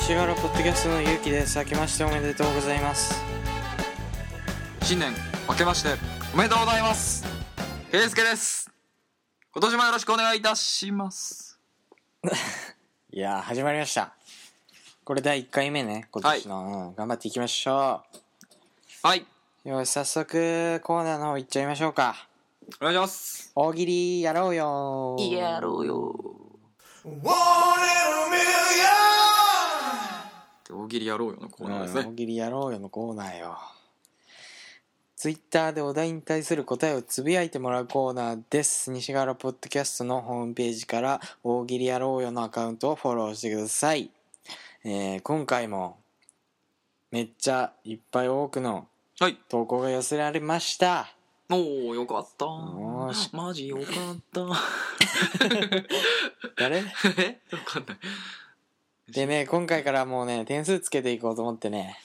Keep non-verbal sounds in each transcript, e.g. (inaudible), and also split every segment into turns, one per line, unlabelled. しがらポッドキャストのゆうきです明けましておめでとうございます
新年明けましておめでとうございます平介です今年もよろしくお願いいたします
いやー始まりましたこれ第1回目ね今年の、うん頑張っていきましょ
はい、
うよし早速コーナーの方行っちゃいましょうか
お願いします
大喜利やろうよー
ろうよって大喜利やろうよのコーナーです
うん
ね
大喜利やろうよのコーナーよツイッターでお題に対する答えをつぶやいてもらうコーナーです西原ポッドキャストのホームページから大喜利やろうよのアカウントをフォローしてください、えー今回もめっちゃいっぱい多くの
はい
投稿が寄せられました
おおよかった
ーし
マジよかった
誰
(laughs) えわかんない
でね今回からもうね点数つけていこうと思ってね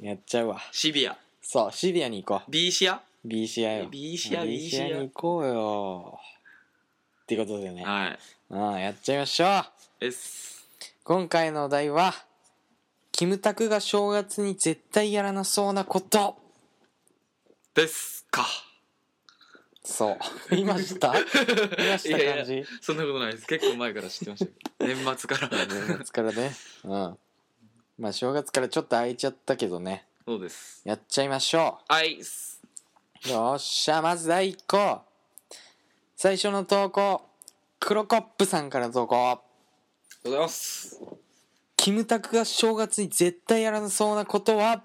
やっちゃうわ
シビア
そうシビアに行こう
B シア
BCI を
BCI
BCI に行こうよってことでね
はい
うん、やっちゃいましょう
S
今回のお題はキムタクが正月に絶対やらなそうなこと
ですか
そう
(laughs)
言いました言いました
いやいや
感じ
そんなことないです結構前から知ってましたけど (laughs) 年末から
年末からねうんまあ正月からちょっと空いちゃったけどね
そうです
やっちゃいましょ
アイス
うよっしゃまず第1個最初の投稿クロコップさんから投稿
ありがとうございます
キムタクが正月に絶対やらなそうなことは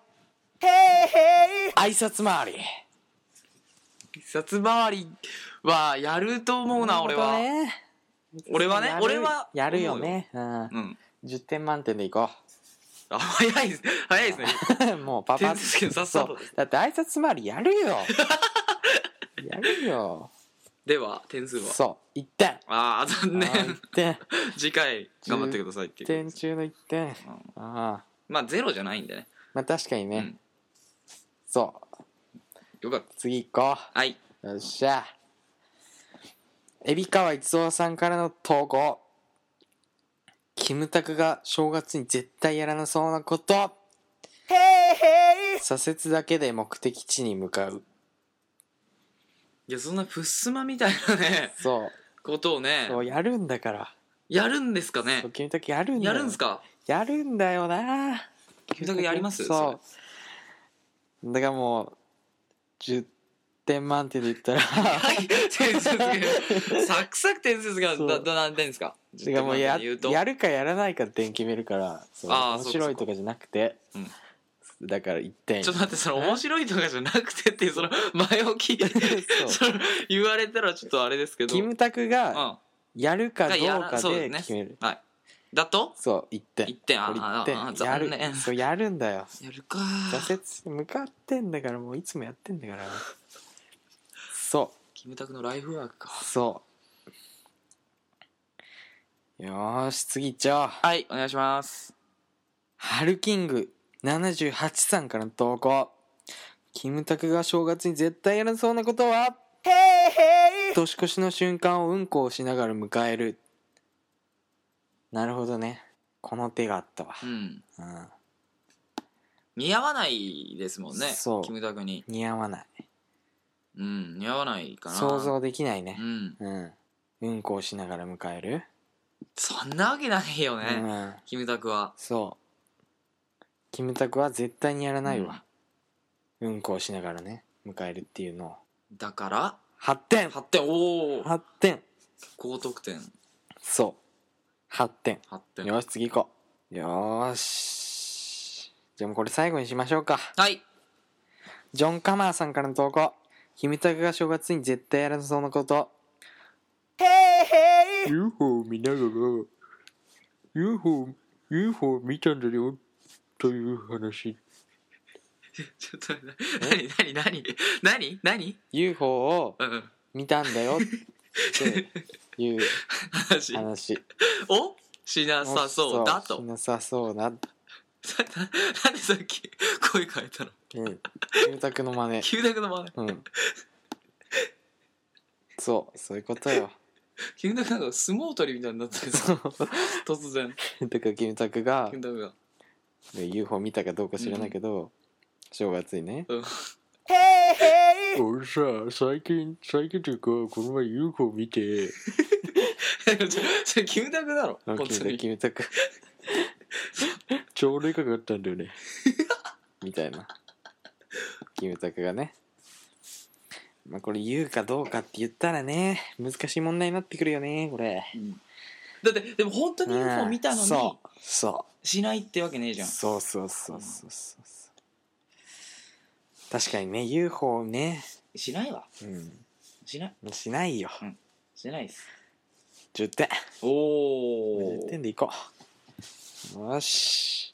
挨拶回り
一冊回りはやると思うな俺
な
は、
るほどね
俺はね
やる
俺は
やるよね、う
思うようん
ん、10点満点でいこ
あ早いです早
(laughs)
いですね (laughs)
うもうパパ
点数つけるさっさと
そうだって挨拶回りやる
(laughs)
よやるよ
では点数は
そう1点
ああ残念
1点
次回頑張ってくださいって
1
いう
点中の1点ああ
まあゼロじゃないんでね
まあ確かにね、
うん
そう
よかっ
次行こ
たはいう
よっしゃ海老川一郎さんからの投稿キムタクが正月に絶対やらなそうなこと左折だけで目的地に向かう
いやそんなふっすまみたいなね (laughs)
そう
ことを (laughs) ね
そうやるんだから、
やるんですかね
そう君たちやるんだ
や
よ
るんですか
やるんだよな
君たちやります
そうだからもう10点満点で言ったら
はい点数つけるサクサク点数つける
そう
だだ何点ですか
てかもうや
言うと
やるかやらないか点決めるからそう
あー
面白いとかじゃなくて
そうかそ
だから1点
ちょっと待ってその面白いとかじゃなくてっていうその
(laughs)
前置き
そう
その言われたらちょっとあれです
(laughs)
けど
キムタク
うん
が
が
やるかど
や
う
ら
か
そう
で
です
決める
ねはいだと
そう1点
1点あ
これ
ああ
1
あ
点や
残念
るそうやるんだよ
やるか
挫折に向かってんだからもういつもやってんだからそ
キムタクのライフワークか
うそうよーし次いっちゃおう
はいお願いします
ハルキング78さんからの投稿キムタクが正月に絶対やらそうなことは年越しの瞬間をうんこをしながら迎えるなるほどねこの手があったわ
う、ん
うん、
似合わないですもんね
そう
キムタクに
似合わない
うん似合わないかな
想像できないうね
ん
うんうんこをしながら迎える、
そんなわけないよね、
うん
キムタクは
そうキムタクは絶対にやらないわ、うん、こをしながらね迎えるっていうのを
だから
8点
8点おお
8点
高得点
そう8点
8点
よし次行こうよーしじゃあもうこれ最後にしましょうか
はい
ジョン・カマーさんからの投稿キムタクが正月に絶対やらなそうなことへーへー UFO 見ながら UFO, UFO 見たんだよという話
ちょっと何何何何何
UFO を
何うん
見たんだよっていう
話
(laughs) 話
をしなさそうだと
しなさそうな、
さななんでさっき声変えたの
うん、キムタクの真似
キムタクの真似
うんそうそういうこと
(laughs)
よ
キ (laughs) ムタクなんか相撲取りみたいになってる
そう
突然
だからキムタクが
キムタクが
で UFO 見たかどうか知らないけど、正月にね「俺さ最近最近というかこの前 UFO 見て
それ、キムタクだろ、
あ
本当
君
に。
君た
(laughs)
く超でかかったんだよねみたいなキムタクがねまあこれ言うかどうかって言ったらね難しい問題になってくるよねこれ
うんだって、でも本当に UFO 見たの
そ
に、
うそ
しないってわけねえ
う
じゃん。
そうそうそうそうそう確かにね UFO ね、
しないわ。
う
しない。
ん、しないよ
しないです。
10点
お
10
ー。
点でいこうよし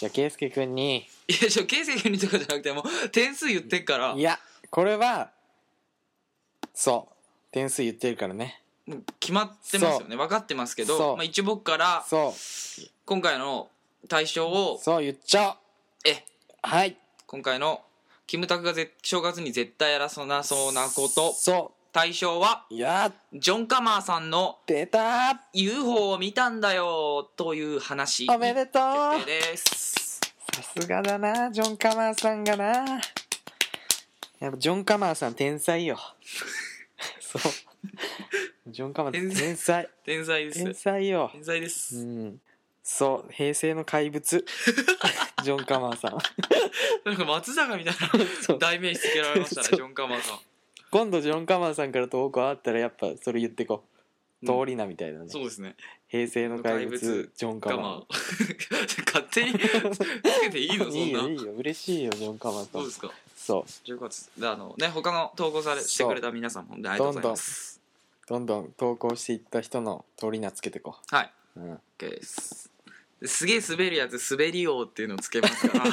じゃあ圭佑君に
いや、ちょ、圭介君にとかじゃなくて、もう、点数言ってっから。
いやこれはそう点数言ってるからね
もう決まってますよね分かってますけ
そ
ど、
う
まあ、一応僕から
そ
今回の対象
う
を
そう言っちゃ
え
おうはい
今回のキムタクがぜ正月に絶対やらそうなそうなこと
そ
対象は
うやっ
ジョン・カマーさんの
出た
UFO を見たんだよという話
おめでとう
決定です
さすがだなジョン・カマーさんがなやっぱジョン・カマーさん天才よ (laughs) そうジョン・カマーさん天才
天才です
天才よ
天才で
う
す、
んそう平成の怪物 (laughs) ジョン・カマーさん
なんか松坂みたい
そう
な代名詞つけられましたね
(laughs) そう
ジョン・カマーさん
今度ジョン・カマーさんから投稿あったらやっぱそれ言ってこう
うん
通りなみたいなね、
そうですね
平成の怪
怪物
物ジョン・
カ
カマ
マー (laughs) 勝手につけていいのそんない
いよいいよ嬉しいよジョン・カマーさ
どうで
ん
すか
そう
10月であのね他の投稿され
そう
してくれた皆さんも本当にありがとう
どん
ござい
どん
ます
どんどん投稿していった人の通り名つけてこ
はい
う、うん、
OK ですすげえ滑るやつ滑り王っていうのつけますから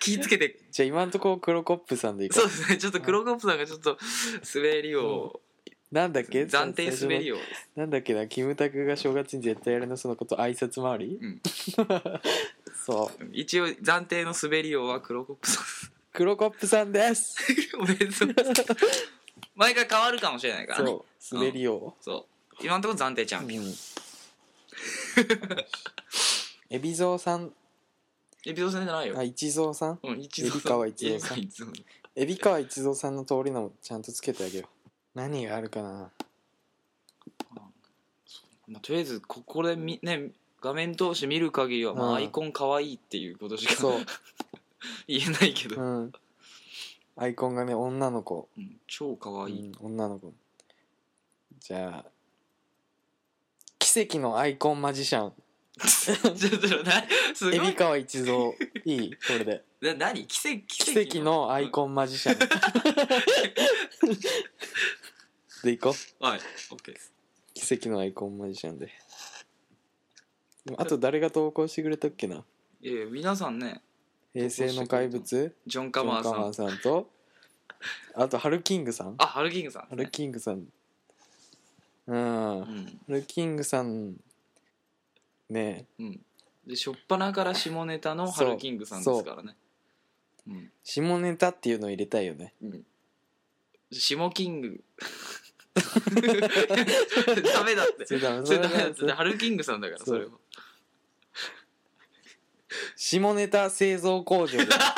気ぃつけて
じゃあ今んとこ黒コップさんでいこ
そう
う
ですねちょっと黒コップさんがちょっと滑り王
なんだっけ
暫定滑り
よ
王
なんだっけなキムタクが正月に絶対やるのそのこと挨拶回り、
うん
(laughs) そう
一応暫定の滑り王は黒コップさん
黒コップさんです
おめでとうございます毎回変わるかもしれないからね
そう滑りを、
そう今のところ暫定チャ
う
ン
ん
ピオン、
海老蔵さん
エビゾさんじゃないよ、
あ一蔵さん
うん一蔵
海老川一
蔵
蔵
さ
さ
ん
ん海
海老川一蔵
老川一蔵さんの通りのもちゃんとつけてあげよう何があるかな
まあ、とりあえずここでみね画面通して見る限りは、ま
う
あ、
ん
アイコン可愛いっていうことしか
そ
(laughs) 言えないけ
う、
ど、
うん、アイコンがね女の子、
うん超可愛い、
うん女の子じゃあ奇跡のアイコンマジシャン
(laughs) ちょっとなすご
海老
い
川一蔵いいこれで
な何奇跡 (laughs) 奇
奇跡のアイコンマジシ
(laughs)
ャンでいこう
ンはい OK です
奇跡のアイコンマジシャンででもあと誰が投稿してくれたっけない
やいや皆さんね
平成の怪物
ジョン・カマー
ジ
さ
ョン
ん
カマーさんとあとハルキングさん
あハルキングさん
ハ
で
ル
すね、
キングさんうん、ハルキングさんね
うんうんで初っ端から下ネタのハ
そう
ルキングさんですからねうん
下ネタっていうの入れたいよ
(laughs)
ね
下キング (laughs) ダメだって
それダメ
そ
そ
れ
れ
ダメだ
ダ
っ
メ
てハルキングさんだから
そう
それは
下ネタ製造工
(laughs)
場だ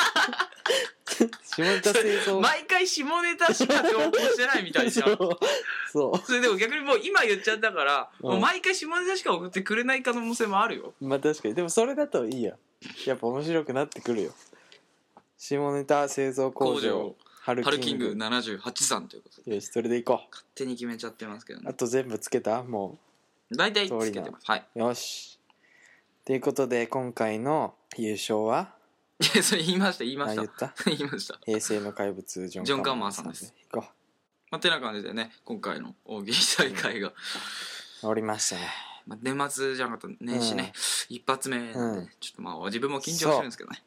下ネタ製造
毎回下ネタしか投稿してないみたいじゃん
そうそ
それでも逆にもう今言っちゃったから、
うん
もう毎回下ネタしか送ってくれない可能性もあるよ
うまあ確かにでもそれだといいややっぱ面白くなってくるよ下ネタ製造工場ハル
ハル
キ
キン
ング
グ78さんということで
よしそれでいこう
勝手に決めちゃってますけど
あ
ね
と全部つけたもう
大体つけてますはい (laughs)
よし。ということで、今回の優勝は、
いやそれ言いました言いま
あ
した
言った
言いました
平成の怪物ジョン・
ジョンカマーさんです。
行こ
まあてな感じでね今回の大喜利大会が、
う。おりましたね。
まあ、年末じゃなかった年始ね、一発目なんで、
うん
ちょっとまあ自分も緊張してるんですけどね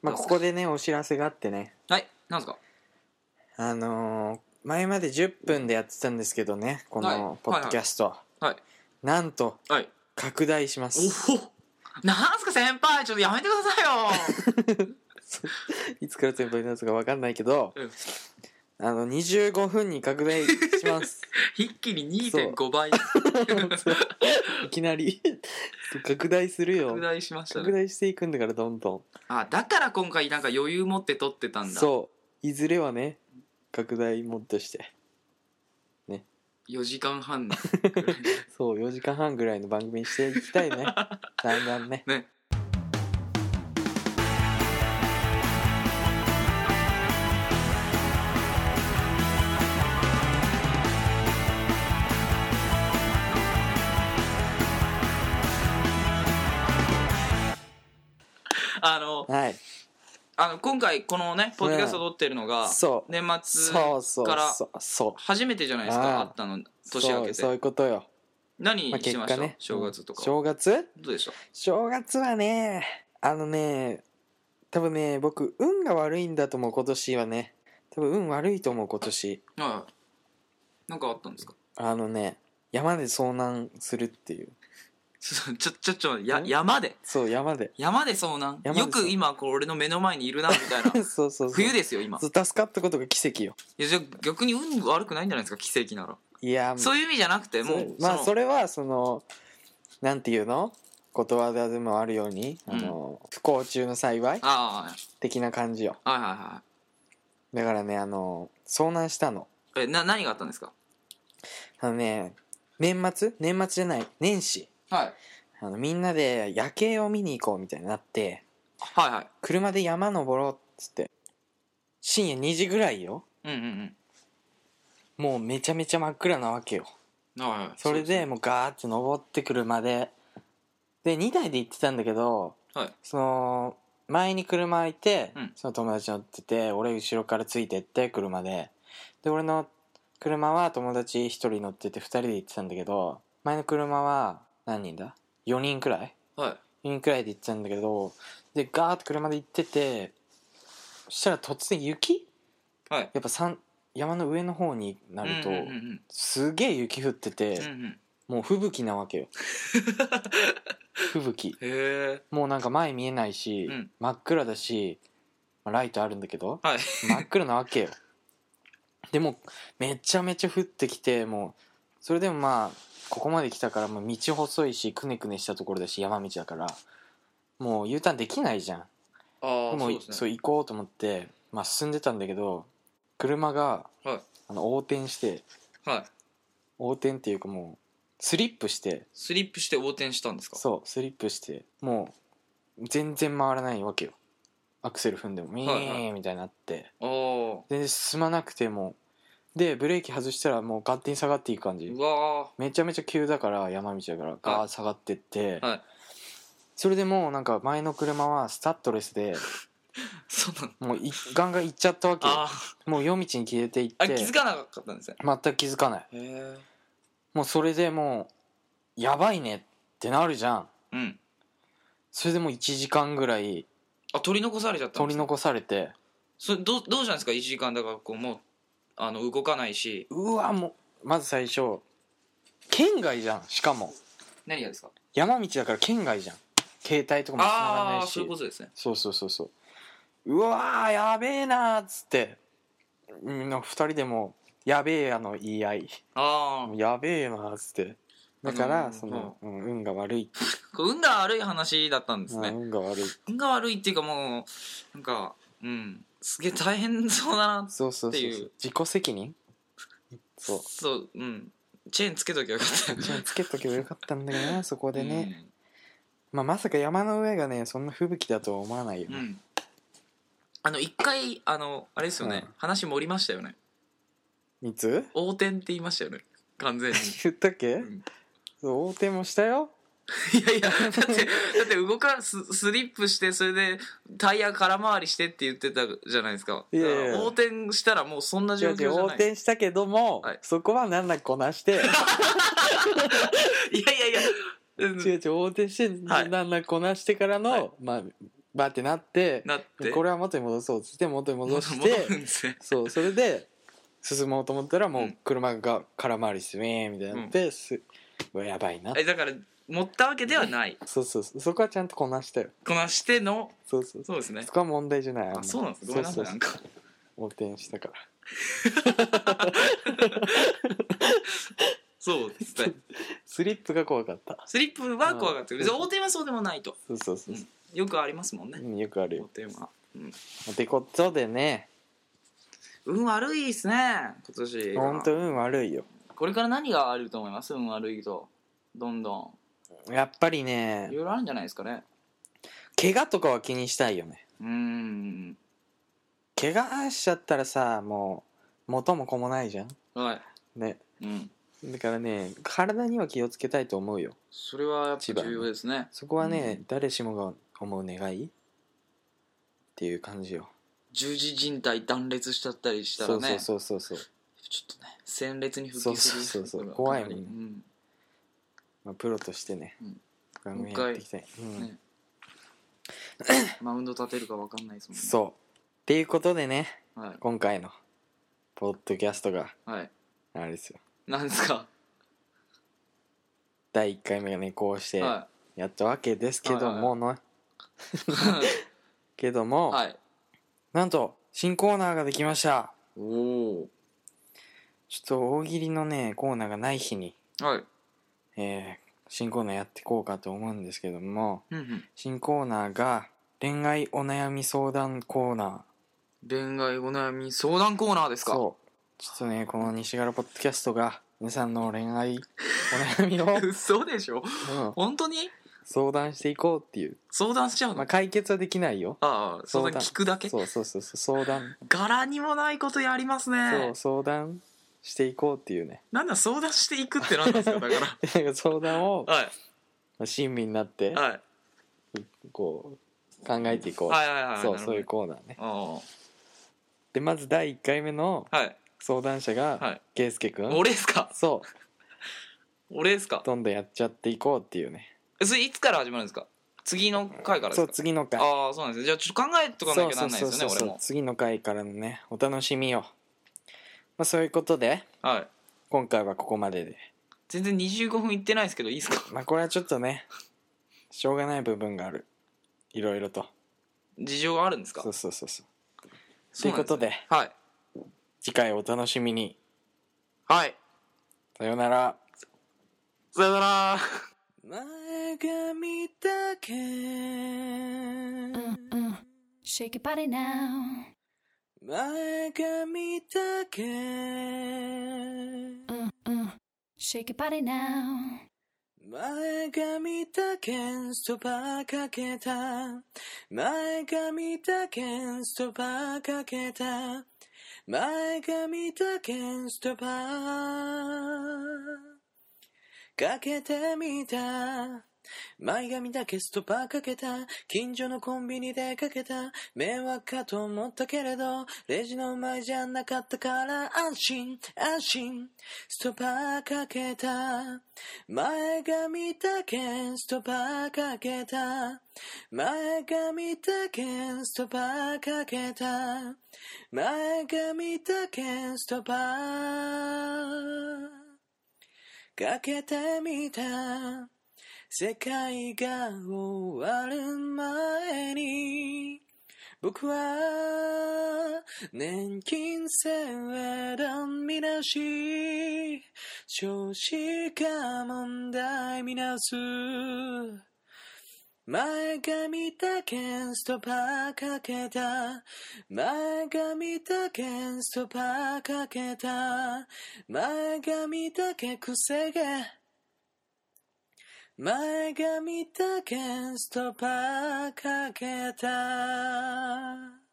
まあ、ここでね、お知らせがあってね、
はいなんですか
あのー前まで10分でやってたんですけどね、こ
はいはいはい
のポッドキャスト。
はい
なんと、
はい
拡大します。
おおなんすか先輩ちょっとやめてくださいよ
いつから全部になるのかわかんないけど、
うん
あの、25分に拡大
(laughs)
します。 (laughs)
一気に2.5倍
いきなり拡大するよ
拡大しました
拡
ね
大していくんだからどんど
あだから今回なんか余裕持って撮ってた
ん
んだ
そういずれはね拡大もっとして
4時間
(laughs)
半
そう4時間半ぐらいの番組にしていきたい
(laughs)
ねだんだんね
ねあの
はい
あの今回このねポッドキャスト撮ってるのが
そう
年末
そうそう
から
そうそう
初めてじゃないですか
ああ
あったの年明け
そうそうい
て
うことよ、
何
まあ、
して
結
ま
果
した、
ね
正月
う
と
ん
か
正月
どうでした
正月はねあのね多分ね僕運が悪いんだと思う今年はね多分運悪いと思う今年
はいはいなんかあったんですか
あのね山で遭難するっていう
ちょちょちょちょや
ん
山で
そう山で (laughs)
山で遭難
山で遭難
よく今こう俺の目の前にいるなみたいな
(laughs) そうそうそう
冬ですよ今
そう助かったことが奇跡よ
いやじゃあ逆に運悪くないんじゃないですか奇跡なら
いやもう
そういう意味じゃなくてもう
まあ
の
それはそのなんていうのことわざでもあるように、
うん
あの不幸中の幸い
あ
的な感じよ
あはいはいは
だからねあの遭難したの
いえな何があったんですか
あのね年末年末じゃない年始
はい
あのみんなで夜景を見に行こうみたいになって
はいはい
車で山登ろうっつって深夜2時ぐらいよ
うんうん
もうめちゃめちゃ真っ暗なわけよ
うんはいはい
それ
うす
で
ね
もうガーって登ってくるまでで2台で行ってたんだけど
はい
その前に車空いて、
うん
その友達乗ってて俺後ろからついてって車でで俺の車は友達1人乗ってて2人で行ってたんだけど前の車は何人だ4人くらい
はい
4人くらいで行ってたんだけどでガーッと車で行っててそしたら突然雪
はい
やっぱ山山の上の方になると、
うんうんうん
すげえ雪降ってて、
うんうんうん
もう吹雪なわけ
(laughs)
よ吹雪
へえ
もうなんか前見えないし、
うん
真っ暗だし、まあライトあるんだけど
はい
真っ暗なわけよでもめちゃめちゃ降ってきてもうそれでもまあここまで来たからもう道細いしくねくねしたところだし山道だからもう U ターンできないじゃん
ああ
も
そううですね
行こうと思って、まあ、進んでたんだけど車が
はい
あの横転して
はい
横転っていうかもうスリップして
スリップして横転したんですか
そうスリップしてもう全然回らないわけよアクセル踏んでもミ
はいは
ーみたいになって
ああ
全然進まなくてもうでブレーキ外したらもう勝手に下がっていく感じ
うわ
めちゃめちゃ急だから山道だからガーッ下がってって、
はい
それでもうなんか前の車はスタッドレスで
ーそうな
も
の
ういガンガン行っちゃったわけよ
あー
もう夜道に消えていって
あ気づかなかったんですね
全く気づかない
へえ
もうそれでもうやばいねってなるじゃん
うん
それでもう1時間ぐらい
あ取り残されちゃったん
取り
ですね
残されて
それどうどうしたんですか1時間だからこうもうあの動かないし
うわもうまず最初県外じゃんしかも
何がですか
山道だから県外じゃん携帯とかも繋がら
あ
な
あ
い
ー
し
そういうことですね
そうそうそうそううわーやべえなーっつってみんな2人でも「やべえや」の言い合い
あ
「やべえな」っつってだから、
あのー
その、うん、運が悪い、
あ運が悪い話だったんです
うん
ね
運が悪い
運が悪いっていうかもうなんかうんすげえ大変そうだな
そうそうそう
って
そ
いう
う自己責任そう
そううんチェーンつけときゃよかったよ
じゃあつけとけばよかったんだけどなそこでね、
うん
まあ、まさか山の上がねそんな吹雪だとは思わないよ
う
ね、
んあの一回あのあれですよね、
うん
話盛りましたよね
いつ
横転って言いましたよね完全に
言ったっけ、
ん
そう横転もしたよ
いやいやだってだって動かススリップしてそれでタイヤ空回りしてって言ってたじゃないですか
いやいや
だから横転したらもうそんな
違
状
う
況じ
違う
ゃ
横
ない
転したけども、
はい
そこは難なくこなして
いやいやいや (laughs) うん
違う違う横転して
はい
難なくこなしてからの、
はい
まあバーってなって
なって
これは元に戻そうっつって元に戻し
戻る
て
んですね
そうそれで進もうと思ったらも
う
うん車が空回りしてウィーンみたいになって、すうわやばいな
えだから持ったわけではない
そうそうそうそこはちゃんとこなしたよ
こなしての
そうそうそ
そうですね
こは問題じゃないあんま
あそうなんですごめんな
そ
さ
う
いな
そうん
か
横転したから
そうですね
スリップが怖かった
スリップは怖がってる別に横転はそうでもないと
そうそうそうそ
よくありますもん
う、
ね
うん、よくある
横
よ
転は、うん、
ってことでね
運悪いですね今年が
ほんと運悪いよ
これから何があると思います運悪いとどんど
やっぱり
ん
ね
いろいろあるんじゃないですかね
怪我とかは気にしたいよね
うーん
怪我しちゃったらさもう元も子もないじゃん
はい
ね
うん
だからね体には気をつけたいと思うよ
それはやっぱ
一番
重要ですね
そこはね、
う
誰しもが思う願いっていう感じよ、
十字靭帯断裂しちゃったりしたら
そ
ね
うそうそうそうそう、
ちょっとね戦裂に復帰する
そうそうそうそう
ところ
怖
が
いもんね
かなりうん
まあ、プロとしてね、
うん
ガンガンやっていきたい、うん
ねマウンド立てるか分かんないですもんね
そうっていうことでね
はい
今回のポッドキャストが
はい
あれですよ
なんですか
第1回目がねこうして
は
やったわけですけどもの、
い
(laughs) けども、
はい
なんと新コーナーができました
おお
ちょっと大喜利のねコーナーがない日に、
はい
えー新コーナーやっていこうかと思うんですけども
うんうん
新コーナーが恋愛お悩み相談コーナー
恋愛お悩み相談コーナーですか
そうちょっとねこの西柄ポッドキャストが皆さんの恋
(laughs)
愛お悩みを、うん
嘘でしょ本当に
相談していこうっていう、
相談しちゃうの、
まあ、解決はできないよ
ああ相談聞くだけ
そうそうそうそう相談
柄にもないことやります
そ
ね
う相談していこうっていうね (laughs)
なんだ相談していくってなんですかだから
なんか相談をま
は
あ親身になって
いはい
こう考えていこう、
はいはいはい
そう
なるほど
そういうコーナーね
あ
でまず第1回目の
あはい
相談者
は
が
い
圭佑君、
俺ですか
そ
俺ですか
うどんどんやっちゃっていこうっていうね
えそれいつから始まるんですか次の回からで
そ
す
う
か
次の回
ああそうなんですねじゃあちょっと考えとかなきゃなんないですよね俺も
次の回からのねお楽しみを、まあ、そういうことで
はい
今回はここまでで
全然25分いってないですけどいいですか
まあこれはちょっとねしょうがない部分があるいろいろと
事情があるんですか
そうそうそうそう
そうなん
ということ
すね
で
はい
次回お楽しみに
はい
さようなら
さよなら
前髪だけ
Mm, mm. Shake your body now.
前髪だけ
Mm, mm. Shake your body now.
前髪だけストバかけた前髪だけストバかけた前髪だけストバかけてみた前髪だけストバかけた近所のコンビニでかけた迷惑かと思ったけれどレジの前じゃなかったから安心安心ストバかけた前髪だけストバかけた前髪だけストバかけた前髪だけストバかけてみた世界が終わる前に僕は年金制度みなし少子化問題みなす前髪だけストパーかけた前髪だけストパーかけた前髪だけくせ毛前髪だけストパーかけた